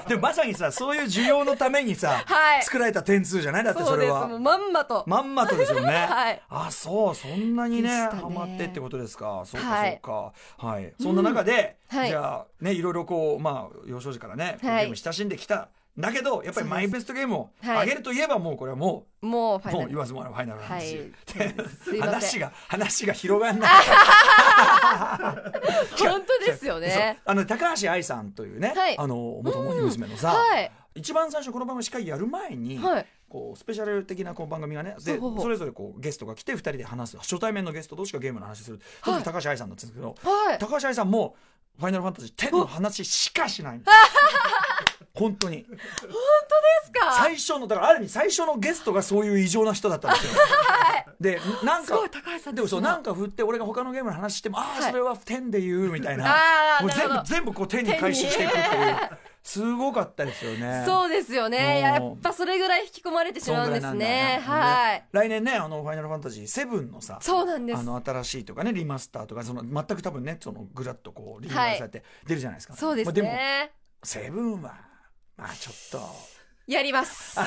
A: でもまさにさそういう需要のためにさ、
B: はい
A: 作られた点数じゃないだって
B: そ
A: そうれ
B: です
A: は
B: もうまんまと
A: まんまとですよね、
B: はい
A: あそうそんなにね
B: でしたね
A: ハマってってことですかそうか
B: は
A: そう
B: い
A: かはい、そんな中で、
B: はい
A: じゃあねいろいろこうまあ幼少時からね、こう
B: はい
A: ゲーム親しんできただけどやっぱり
B: そうです
A: マイベストゲームを
B: はい
A: 上げるといえばもうこれはも
B: もうフ
A: う、
B: ァイ
A: もう
B: ナル
A: 言わずもがなファイナルファン
B: は
A: タジ
B: い
A: ー。
B: すいませ
A: 話
B: ん。
A: が話が広がんない
B: 本当ですよね。
A: そうあの高橋愛さんというね、
B: はい
A: あの元モニ娘のさ、
B: はい。
A: 一番最初この番組司会やる前に、
B: はい
A: こうスペシャル的なこう番組がねで
B: ほうほうほう
A: それぞれこうゲストが来て2人で話す初対面のゲスト同士がゲームの話するその時高橋愛さんだったんですけど、
B: はい。
A: 高橋愛さんも「ファイナルファンタジー10」の話しかしないの本当に
B: ですか。
A: 最初のだからある意味最初のゲストがそういう異常な人だったんですよ。でなん
B: す
A: か
B: ごい高橋さん
A: でもそう
B: な
A: なんか振って俺が他のゲームの話してもああ
B: は
A: そ
B: い
A: れは10で言うみたいな、
B: あー
A: もう全
B: なる
A: 部
B: ほど
A: 全部こう手に回収していくって いうすごかったですよね。
B: そうですよね。
A: うん
B: やっぱそれぐらい引き込まれてし
A: そ
B: ま
A: ん
B: うん
A: ぐら
B: で
A: いな
B: す
A: んだよ
B: ね。はい。
A: 来年ね、あのファイナルファンタジー7のさ、
B: そうなんです
A: あ。の新しいとかね、リマスターとかその全く多分ね、そのぐらっとこうリニューアルされて出るじゃないですか。
B: そうです
A: まあ、でも
B: ね。
A: 7はまあちょっと
B: やります。
A: や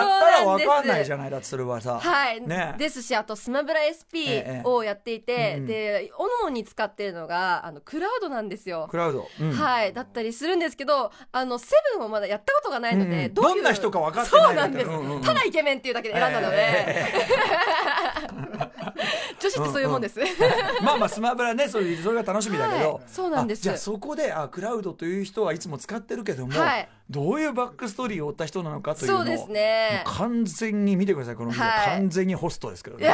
A: ったらわかんないじゃないだってそれはさ、
B: はい、
A: ね
B: ですしあと「スマブラ
A: ええ
B: SP」をやっていて、
A: うん
B: で主に使ってるのがあのクラウドなんですよ
A: ク、ラウド、うん
B: はいだったりするんですけどあの「セブンをまだやったことがないの
A: うん
B: で、
A: うん
B: ういう
A: どんな人か分かってない
B: そうなんです、
A: うんうんうん
B: ただイケメンっていうだけで選んだので、
A: え
B: 女子ってそういうもんです、
A: え まあまあスマブラねそれそれが楽しみだけど、
B: はいそうなんです
A: あじゃあそこであクラウドという人はいつも使ってるけども、
B: はい
A: どういうバックストーリーを追った人なのかというのを
B: そうですね
A: もう完全に見てくださいこの、
B: はい
A: 完全にホストですけどね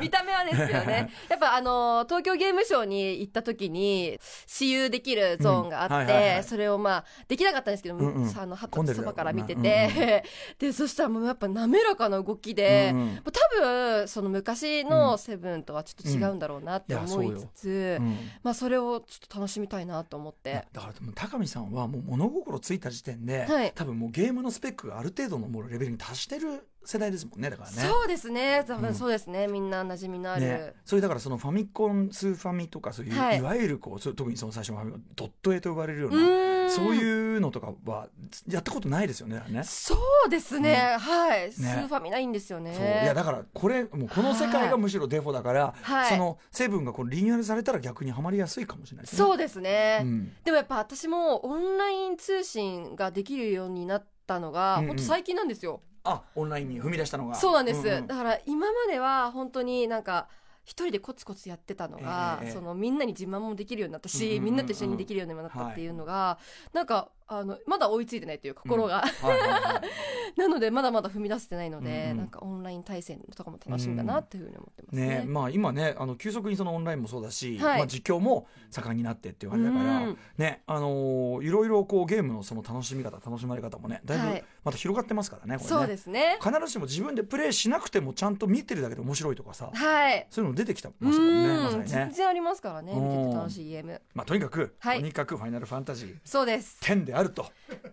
B: 見た目はですよ ね。やっぱあの、東京ゲームショウに行った時に、私有できるゾーンがあ
A: うんはい
B: っ
A: はいはい
B: て、それをまあ、できなかったんですけど、
A: うんうん
B: さあの、は
A: 混んでる
B: そばから見て
A: だろう
B: て、で、そしたらもうやっぱ滑らかな動きで、
A: うんうん
B: もう多分、その昔のセブンとはちょっと違うんだろうなって
A: うん
B: 思いつつ
A: う、ん
B: まあ、それをちょっと楽しみたいなと思って。
A: だからでも高見さんはもう物心ついた時点で、
B: はい
A: 多分もうゲームのスペックがある程度のもうレベルに達してる世代ですもんねだからね。
B: そうですね、多
A: うん
B: 分そうですね、みんな馴染みのあ
A: ね
B: る。、
A: それだからそのファミコンスーファミとかそういう、
B: はい
A: い、わゆるこうそう特にその最初のファミコンドット絵と呼ばれるよう
B: う
A: な、
B: ーん。
A: そういうのとかはやったことないですよねだからね。
B: そうですね、はい。スーファミないんですよね。
A: そういやだからこれもうこの世界がむしろデフォだから、
B: はい
A: そのセブンがこうリニューアルされたら逆にはまりやすいかもしれないですね。
B: そうですね、
A: うん
B: でもやっぱ私もオンライン通信ができるようになったの
A: う
B: が、
A: んうん
B: 本当最近なんですよ
A: あオンラインに踏み出したのが
B: そうなんです、
A: ううん
B: だから今までは本当になんか一人でコツコツやってたのが、
A: ええ
B: そのみんなに自慢もできるようになった
A: うんうん
B: し、
A: うんうん
B: みんなと一緒にできるようにもなったっていうのが、なんかあのまだ追いついてないという心が、
A: はいはいはい
B: なのでまだまだ踏み出せてないので、
A: うんうん
B: なんかオンライン対戦とかも楽しみだなっていうふうに思ってますね。
A: ねまあ、今ねあの急速にそのオンラインもそうだし、
B: はい
A: まあ、実況も盛んになってっていうあれだから、
B: うん
A: ねあのーいろいろこうゲームのその楽しみ方楽しまれ方もねだい
B: は
A: ぶ
B: い
A: また広がってますからねこれね
B: そうですね。
A: 必ずしも自分でプレイしなくてもちゃんと見てるだけで面白いとかさ
B: はい。
A: そういうの出てきたま
B: う
A: したもんねまさ
B: ん、
A: に
B: 全
A: ね、
B: 然ありますからね。
A: うん
B: 見てて楽しいゲーム。
A: まあ、とにかく、
B: はい
A: とにかく「ファイナルファンタジー
B: そうです。
A: 10」であると。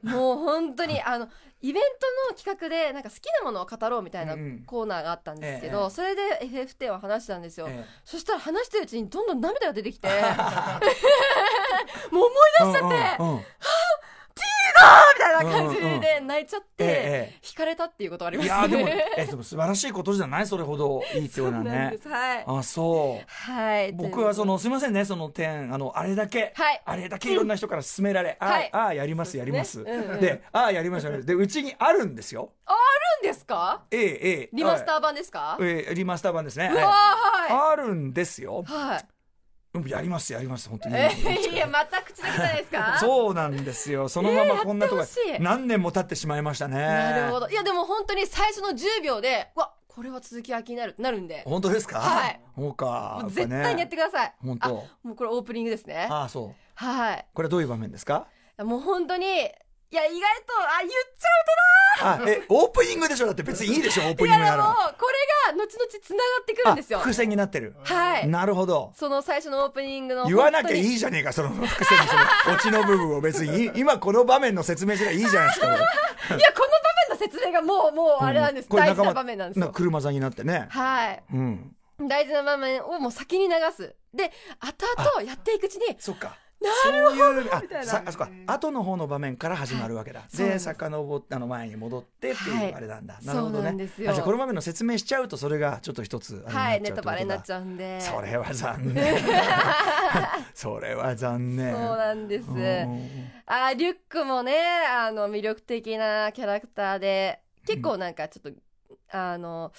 B: もう本当にあのイベントの企画でなんか好きなものを語ろうみたいな
A: うんうん
B: コーナーがあったんですけど、
A: ええ
B: それで FF10 は話したんですよ、
A: ええ
B: そしたら話してるうちにどんどん涙が出て きてもう思い出し ちゃって、
A: うんうんうん
B: みたいな感じで泣いちゃっ
A: ええ
B: て
A: え
B: 惹かれたっていうことがあり
A: え
B: ま
A: い
B: す
A: やーでも
B: ね。
A: えでも素晴らしいことじゃないそれほどいいっていうのは
B: なん
A: ね
B: です。はい。
A: あそう
B: はい。
A: 僕はそ
B: の、
A: のすみませんねその点あのあれだけ、
B: はい
A: あれだけいろんな人から勧められ、あー
B: はい
A: あーやりますやります
B: そう
A: で,、
B: ですねうんうん
A: ああやりましたでうちにあるんですよ
B: なんですか
A: ええええ
B: リマスタ
A: ー
B: ー版ですかうわ
A: ええリマスター版ですね
B: ー
A: はい
B: は
A: あるんですよ
B: い。はい。
A: うんやりますやります本当に、
B: えーいや、また口だけじゃないですか
A: そうなんですよそのままこんなとこ、
B: やってほしい
A: 何年も経ってしまいましたね
B: なるほど。いや、でも本当に最初の10秒で、うわ、これは続きが気になるってなるんで、
A: 本当ですか
B: はい
A: そうか
B: もう絶対にやって
A: く
B: ください。
A: 本
B: あ、
A: 当
B: もうこれオープニングですね。
A: ああそう
B: はい。
A: これはどういう場面ですか
B: もう本当に、いや、意外と、あ、言っちゃ
A: あえオープニングでしょだって別にいいでしょオープ
B: う。い
A: ニン
B: や、
A: グな
B: で
A: ら
B: も、これが後々繋がってくるんですよ
A: あ。伏線になってる
B: はい。
A: なるほど
B: その最初のオープニングの
A: 言わなきゃい
B: い
A: いじゃねえかその伏線のそのオチの部分を別 にい今この場面の説明すればいいじゃないですかこれ
B: いやこの場面の説明がもうもうあれなんです、
A: うこれ
B: 大
A: 仲
B: 事
A: 間
B: な場面なんですよ
A: 車座になってね
B: はい
A: うん
B: 大事な場面をもう先に流すで後々やっていくうちに
A: そっか
B: な
A: るほど
B: みたいな
A: あそっか後の方の場面から始まるわけだ、
B: いそう
A: で
B: なんです
A: 遡ったの前に戻ってって
B: は
A: いう
B: い
A: あれなんだ、なる
B: そ
A: ほ
B: う
A: ど
B: な
A: ね
B: んですよ
A: あじゃあこの場面の説明しちゃうとそれがちょっと一つ
B: はいネタバレになっ
A: ゃう
B: ちゃうんで
A: ってことだそれは残念 それは残念
B: そうなんです
A: うん
B: あーリュックもねあの魅力的なキャラクターで結構なんかちょっと、あの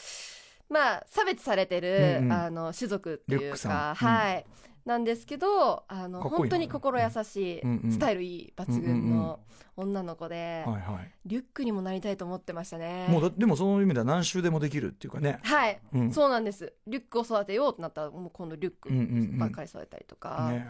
B: まあ差別されてる、
A: うんうん
B: あの種族って
A: リ
B: い
A: ュッ
B: う
A: クさん
B: か、はいなんですけどあの
A: かっこいいな
B: 本当に心優しい、
A: うんうん
B: スタイルいい抜群の女の子で、
A: はいはい
B: リュックにもなりたいと思ってましたね
A: もうだでもその意味では何周でもできるっていうかね。
B: はい、
A: うん
B: そうなんですリュックを育てようってなったらもう今度リュック
A: うんうんうん
B: ばっかり育てたりとか、
A: ね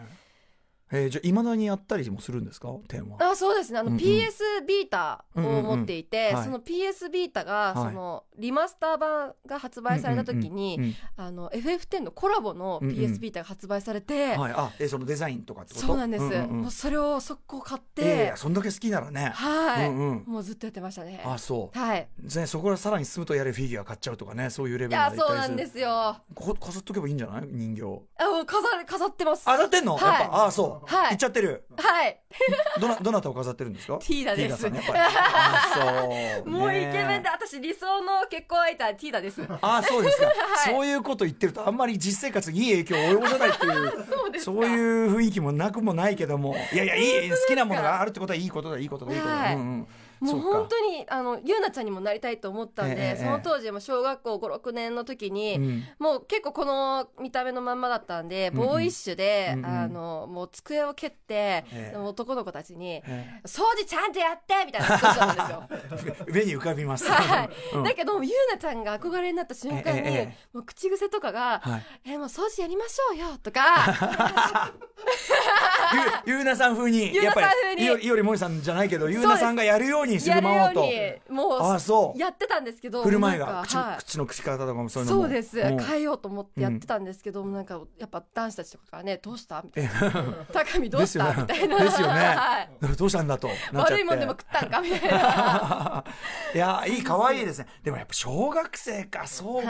A: えーじゃあいまだにやったりもするんですか点は。
B: あそうですねあの、
A: うんうん
B: PS ビータを持ってい
A: うんう
B: て、
A: んうんはい
B: その PS ビータが、
A: はい
B: そのリマスター版が発売された時に、
A: うんうん
B: あの FF10 のコラボの
A: うんうん
B: PS ビータが発売されて、
A: うんはい、あえーそのデザインとかってこと
B: そうなんです、
A: う
B: もうそれを速攻買っ
A: え
B: て、
A: ーいやそんだけ好きならね。
B: はい、
A: うんうん、
B: もうずっとやってましたね
A: あそ
B: はい、
A: う、ね、そこからさらに進むとやれフィギュア買っちゃうとかねそういうレベル
B: い
A: にな
B: や
A: りたりする
B: そうなんですよあ
A: こ飾っとけばいいんじゃない人形
B: もう飾る飾ってます
A: あ飾ってんの、
B: はい
A: やっぱあそう、
B: はい
A: 行っちゃってる
B: はい
A: どなどなたを飾ってるんですか
B: ティーダです
A: ティーダさんやっぱりあそう
B: もうイケメン
A: ね
B: で、私理想の結婚相手はティー ダです。
A: あそうです か、
B: い
A: そういうこと言ってるとあんまり実生活にいい影響を及ぼさないっていう
B: そうですか
A: そういう雰囲気もなくもないけどもいやいやいい好きなものがあるってことはいいことだいいことだいいことだ、
B: はい
A: うんうん
B: もう
A: そ
B: 本
A: か
B: 当にあのゆうなちゃんにもなりたいと思ったんで、
A: ええ
B: その当時も小学校56年の時に、
A: うん
B: もう結構この見た目のまんまだったんで、
A: うんうん
B: ボーイッシュで、
A: うんうん
B: あのもう机を蹴って、
A: ええ
B: 男の子たちに
A: え
B: 「掃除ちゃんとやって!」みたいなことだったんですよ。
A: え目に浮かびます、
B: はい
A: うん
B: だけどゆうなちゃんが憧れになった瞬間に、
A: ええええ
B: もう口癖とかが
A: はい
B: 「えもう掃除やりましょうよ」とか
A: ゆゆうなさん風に
B: ゆうなさん
A: やっぱり
B: 風に
A: いよいよりもりさんじゃないけど
B: で
A: ゆ
B: す
A: うなさんがやるようにす
B: や
A: る
B: る
A: ままと
B: ようにもう
A: あそう
B: やってたんですけど
A: 振る舞い
B: な
A: が
B: んか
A: 口,、
B: はい
A: 口の口方とかもそういうのも
B: そうです
A: ん
B: 変えようと思ってやってたんですけど、なんかやっぱ男子たちとかからねどうしたみたいな高見どうし
A: ですよね
B: た、みたいな
A: ですよね
B: はい、
A: どうしたんだとなっちゃって
B: 悪いもんでも食ったんかみたい な
A: いやいい可愛いですねでもやっぱ小学生かそうか、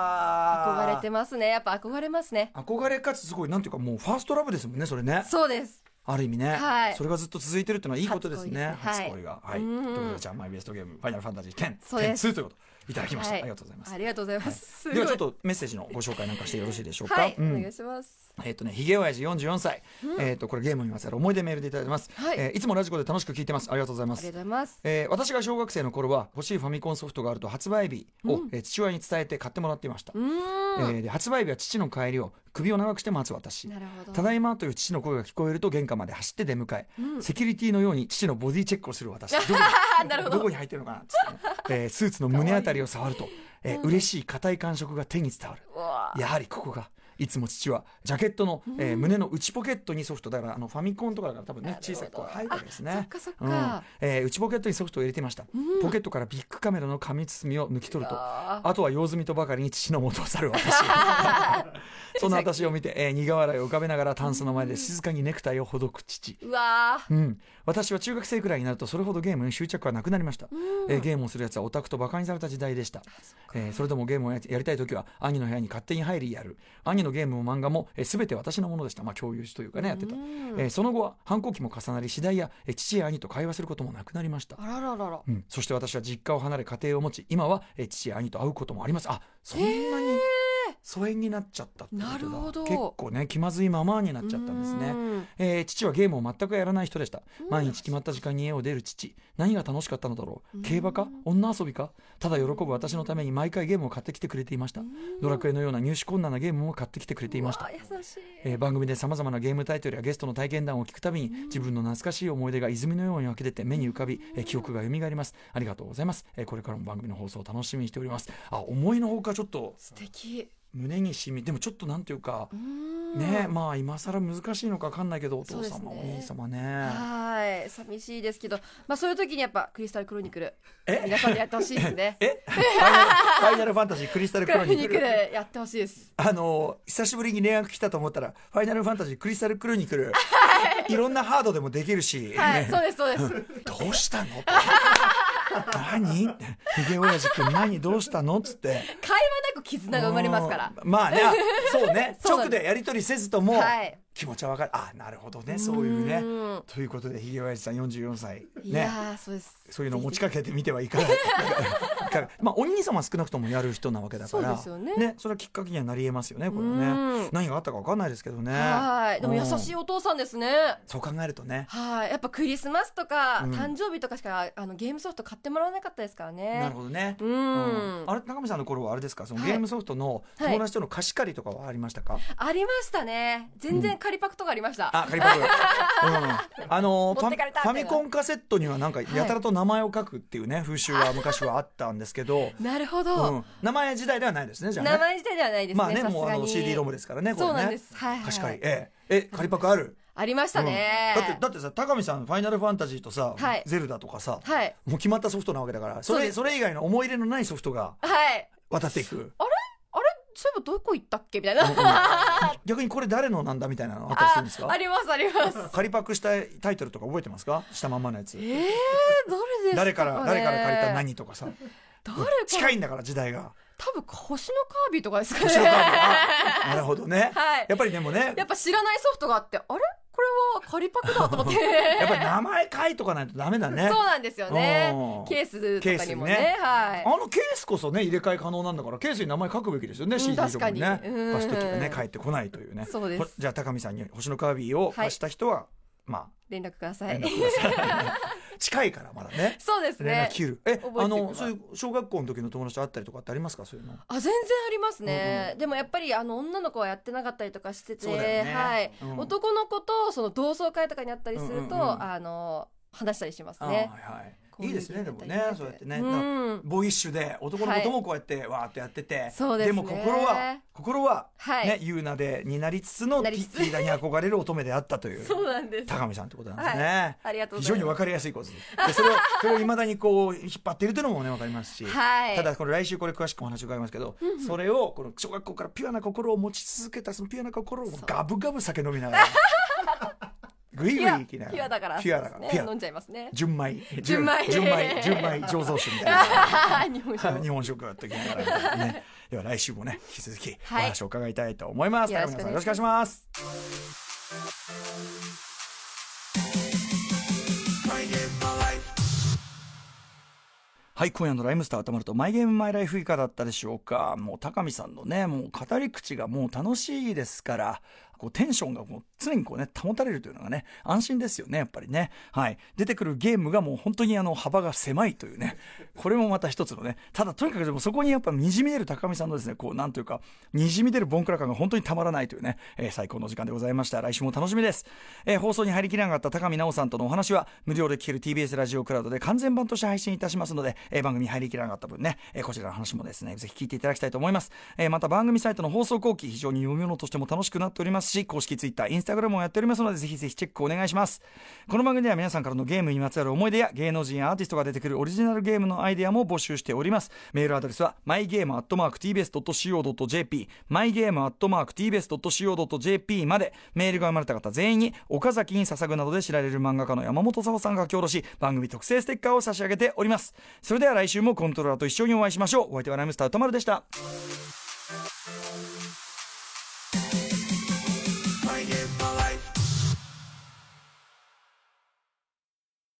B: 憧れてますねやっぱ憧れますね
A: 憧れかつすごいなんていうかもうファーストラブですもんねそれね
B: そうです
A: ある意味ね、
B: はい
A: それがずっと続いてるってのはいいことですね
B: 初
A: 初恋
B: 恋
A: がはい、
B: うん
A: ということでじゃあマイベストゲーム「ファイナルファンタジー10」
B: そうです
A: 10 2ということいただきました、
B: はい
A: ありがとうございます、
B: ありがとうございます、
A: ではちょっ
B: すごい
A: とメッセージのご紹介なんかしてよろしいでしょうか、
B: はい、
A: うん
B: お願いします
A: えっ、とね、ひげおやじ44歳、えっ、と、これゲーム見ますから思い出メールでいただいてます、
B: はい
A: えーいつもラジコで楽しく聞いてます。ありがとうございま
B: あり
A: す
B: が。とうございます
A: えー私が小学生の頃は欲しいファミコンソフトがあると発売日を、えー父親に伝えて買ってもらっていました、
B: うーん、
A: えーで発売日は父の帰りを首を長くして待つ私
B: なるほど
A: ただいまという父の声が聞こえると玄関まで走って出迎え、
B: うん
A: セキュリティのように父のボディチェックをする 私どこに
B: なるほど
A: どこに入ってるのかなっつってね、えースーツの胸あたりを触るとえー嬉しい硬い感触が手に伝わる
B: うわ
A: やはりここがいつも父はジャケットの、えー胸の内ポケットにソフトだからあのファミコンとかだから多分
B: な
A: ね
B: るほ
A: 小
B: ど
A: さくこう入るわけですね。
B: そっかそっ
A: うん
B: か、
A: えー内ポケットにソフトを入れていました、
B: うん
A: ポケットからビッグカメラの紙包みを抜き取ると
B: あ
A: あとは用済みとばかりに父の元を去る 私そんな私を見て、えー苦笑いを浮かべながらタンスの前で静かにネクタイをほどく父
B: ーうわ
A: うん、私は中学生くらいになるとそれほどゲームに執着はなくなりました、えーゲームをするやつはオタクとバカにされた時代でしたそ,、えーそれでもゲームをややりたい時は兄の部屋に勝手に入りやる兄のゲームも漫画も、えー全て私のものでした、まあ、共有しというかねやってた、えーその後は反抗期も重なり次第や、えー父や兄と会話することもなくなりました
B: あらららら
A: うん、そして私は実家を離れ家庭を持ち今は、えー父や兄と会うこともありますあそんなに疎遠になっちゃったってことだ
B: なるほど
A: 結構ね気まずいままになっちゃったんですね
B: うん
A: えー父はゲームを全くやらない人でした毎日決まった時間に家を出る父何が楽しかったのだろう競馬か女遊びかただ喜ぶ私のために毎回ゲームを買ってきてくれていましたドラクエのような入手困難なゲームも買ってきてくれていました
B: あ優しい
A: えー番組でさまざまなゲームタイトルやゲストの体験談を聞くたびに自分の懐かしい思い出が泉のように湧き出て目に浮かび、えー記憶が蘇りますありがとうございます、えーこれからも番組の放送を楽しみにしておりますあ思いのほかちょっと
B: 素敵
A: 胸にしみでもちょっとなんていうか
B: うん
A: ねえまあ今更難しいのか分かんないけどお
B: そ
A: 父
B: うですね
A: 様、お兄様ね
B: はい寂しいですけどまあそういう時にやっぱクリスタルクロニクル
A: え
B: 皆さんでやってほしいですね
A: えファイナルファイナルファンタジークリスタル
B: ク
A: ク
B: ロ
A: ロニ
B: ニ
A: ク
B: クル
A: ル
B: やってほしいです
A: あの久しぶりに連絡来たと思ったらファイナルファンタジークリスタルクロニクルいろんなハードでもできるし、
B: はい
A: ね
B: そうですそうです
A: どうしたの何ひげおやじくん何どうしたのっつって
B: 会話なく絆が生まれますから
A: うんまあねあそうね
B: そうなん
A: 直
B: です
A: でやり取りせずとも、
B: はい
A: 気持ちはわかるあなるほどねそういうね
B: うん
A: ということでひげおやじさん44歳
B: い
A: ね
B: やーそうです
A: そういうのを持ち
B: 帰
A: かけてみてはいかがいかがまあお兄様は少なくともやる人なわけだから
B: そうですよね
A: それはきっかけにはなりえますよねこれ
B: う
A: ね
B: ん
A: 何があったかわかんないですけどね
B: はいでも優しい
A: うん
B: お父さんですね
A: そう考えるとね
B: はいやっぱクリスマスとか
A: うん
B: 誕生日とかしかあのゲームソフト買ってもらわなかったですからね
A: なるほどね
B: うん
A: あれ高見さんの頃はあれですかその
B: はい
A: ゲームソフトの
B: はい
A: 友達との貸し借りとかはありましたか、
B: ありましたね全然仮パクとかありました
A: あ借りパク、う ん、あのフ
B: 持ってかれた
A: ァファミコンカセットにはなんか
B: い
A: やたらと名前を書くっていうね風習は昔はあったんですけど、
B: なるほ
A: う
B: ど
A: ん、名前時代ではないですねじゃあね
B: 名前自体ではないですね
A: まあね
B: さす
A: もうあ
B: が
A: の
B: に
A: CD ロムですからねこれね
B: そうなんですはいはいはい
A: 貸し借りえええ借りパクある
B: ありましたね
A: うんだってだってさ高見さん「ファイナルファンタジー」とさ「
B: はい
A: ゼルダ」とかさ、
B: はい
A: もう決まったソフトなわけだからそ
B: そう
A: れ
B: です
A: それ以外の思い入れのないソフトが
B: はい
A: 渡っていく
B: あれそういえばどこ行ったっけみたいな
A: 逆にこれ誰のなんだみたいなのあったりするん
B: あ
A: ですか
B: ありますあります
A: 借りパクしたタイトルとか覚えてますかしたまんまのやつ
B: えー、どれですか
A: 誰から誰から借りた
B: ね
A: 何とかさ
B: 誰か
A: 近いんだから時代が
B: 多分星のカービィとかですかね
A: 星のカービィ あなるほどね、
B: はい
A: やっぱりでもね
B: やっぱ知らないソフトがあってあれこれは仮パクだと思って
A: やっぱり名前書いとかないとダメだね
B: そうなんですよ
A: うん
B: ねケースとかにもね
A: ケースにね
B: はい
A: あのケースこそね入れ替え可能なんだからケースに名前書くべきですよね、
B: ん
A: CD とかにね
B: 確かにうん
A: 貸した時はね帰ってこないというね
B: そうです
A: ほじゃあ高見さんに星のカービィを貸した人は、ま
B: 連絡くだ
A: あ
B: さ
A: 連
B: い
A: 絡ください近いからまだね
B: そうです
A: 連
B: ね
A: 絡切る、え
B: 覚えてる
A: あ
B: か
A: の
B: ら
A: そういう小学校の時の友達と会ったりとかってありますかそういうの
B: あ全然ありますね、でもやっぱりあの女の子はやってなかったりとかしてて、
A: そうだよね
B: はい
A: うん
B: 男の子とその同窓会とかにあったりすると、
A: うんうんうん
B: あの話したりします
A: あー
B: ね
A: はいは
B: こう
A: い、
B: う
A: いいですねで
B: ゲー
A: も
B: ム
A: ね
B: やり
A: そうやってね、
B: う
A: なんか
B: ん、
A: ボーイッシュで男の子ともこうやってわーってやってて、
B: そうですね
A: も心は心は、
B: はい
A: ねユーナでになりつつの
B: な
A: ティ
B: りつつ
A: ティーダに憧れる乙女であったという
B: そうなんです
A: 高見さんってことなんですね、
B: ありがとうご
A: 非
B: ざ
A: 常
B: い
A: に
B: ま
A: 分
B: す
A: かりやすいことですでそれをそれをいまだにこう引っ張っているというのもね分かりますし、
B: はい
A: ただこれ来週これ詳しくお話を伺いますけど、それをこの小学校からピュアな心を持ち続けたそのピュアな心を
B: そう
A: ガブガブ酒飲みながら グイグイ
B: ピュア
A: いきながら
B: ピュアだから
A: ピュアだから
B: ね
A: ピュア
B: 飲んじゃいますね
A: 純米
B: 純米
A: 純米純米醸造酒みたいな
B: 日本酒
A: 日本食やってきながらねでは来週もね引き続きお
B: はい
A: 話を伺いたいと思います、
B: よ
A: 高
B: ろ
A: 見
B: しく
A: さんよ
B: お願
A: ろ
B: い
A: しく
B: します
A: お願いしますはい今夜の「ライムスター歌丸と「マイゲームマイライフ」いかがだったでしょうかもう高見さんのねもう語り口がもう楽しいですからこうテンションがもう常にこうね、保たれるというのがね、安心ですよね、やっぱりね。はい。出てくるゲームがもう本当にあの、幅が狭いというね、これもまた一つのね、ただとにかくでもそこにやっぱ滲み出る高見さんのですね、こう、なんというか、滲み出るボンクラ感が本当にたまらないというね、えー最高の時間でございました。来週も楽しみです。えー放送に入りきらなかった高見直さんとのお話は、無料で聞ける TBS ラジオクラウドで完全版として配信いたしますので、えー番組入りきらなかった分ね、えーこちらの話もですね、ぜひ聞いていただきたいと思います。えーまた番組サイトの放送後期、非常に読み物としても楽しくなっておりますし、公式 Twitter、Instagram もやっておりますので、ぜひぜひチェックお願いします。この番組では皆さんからのゲームにまつわる思い出や、芸能人やアーティストが出てくるオリジナルゲームのアイデアも募集しております。メールアドレスは、mygame.tbs.co.jp、mygame.tbs.co.jp まで、メールが生まれた方全員に、岡崎に捧ぐなどで知られる漫画家の山本沙穂さんが書き下ろし、番組特製ステッカーを差し上げております。それでは来週もコントローラーと一緒にお会いしましょう。お相手はライムスター歌丸でした。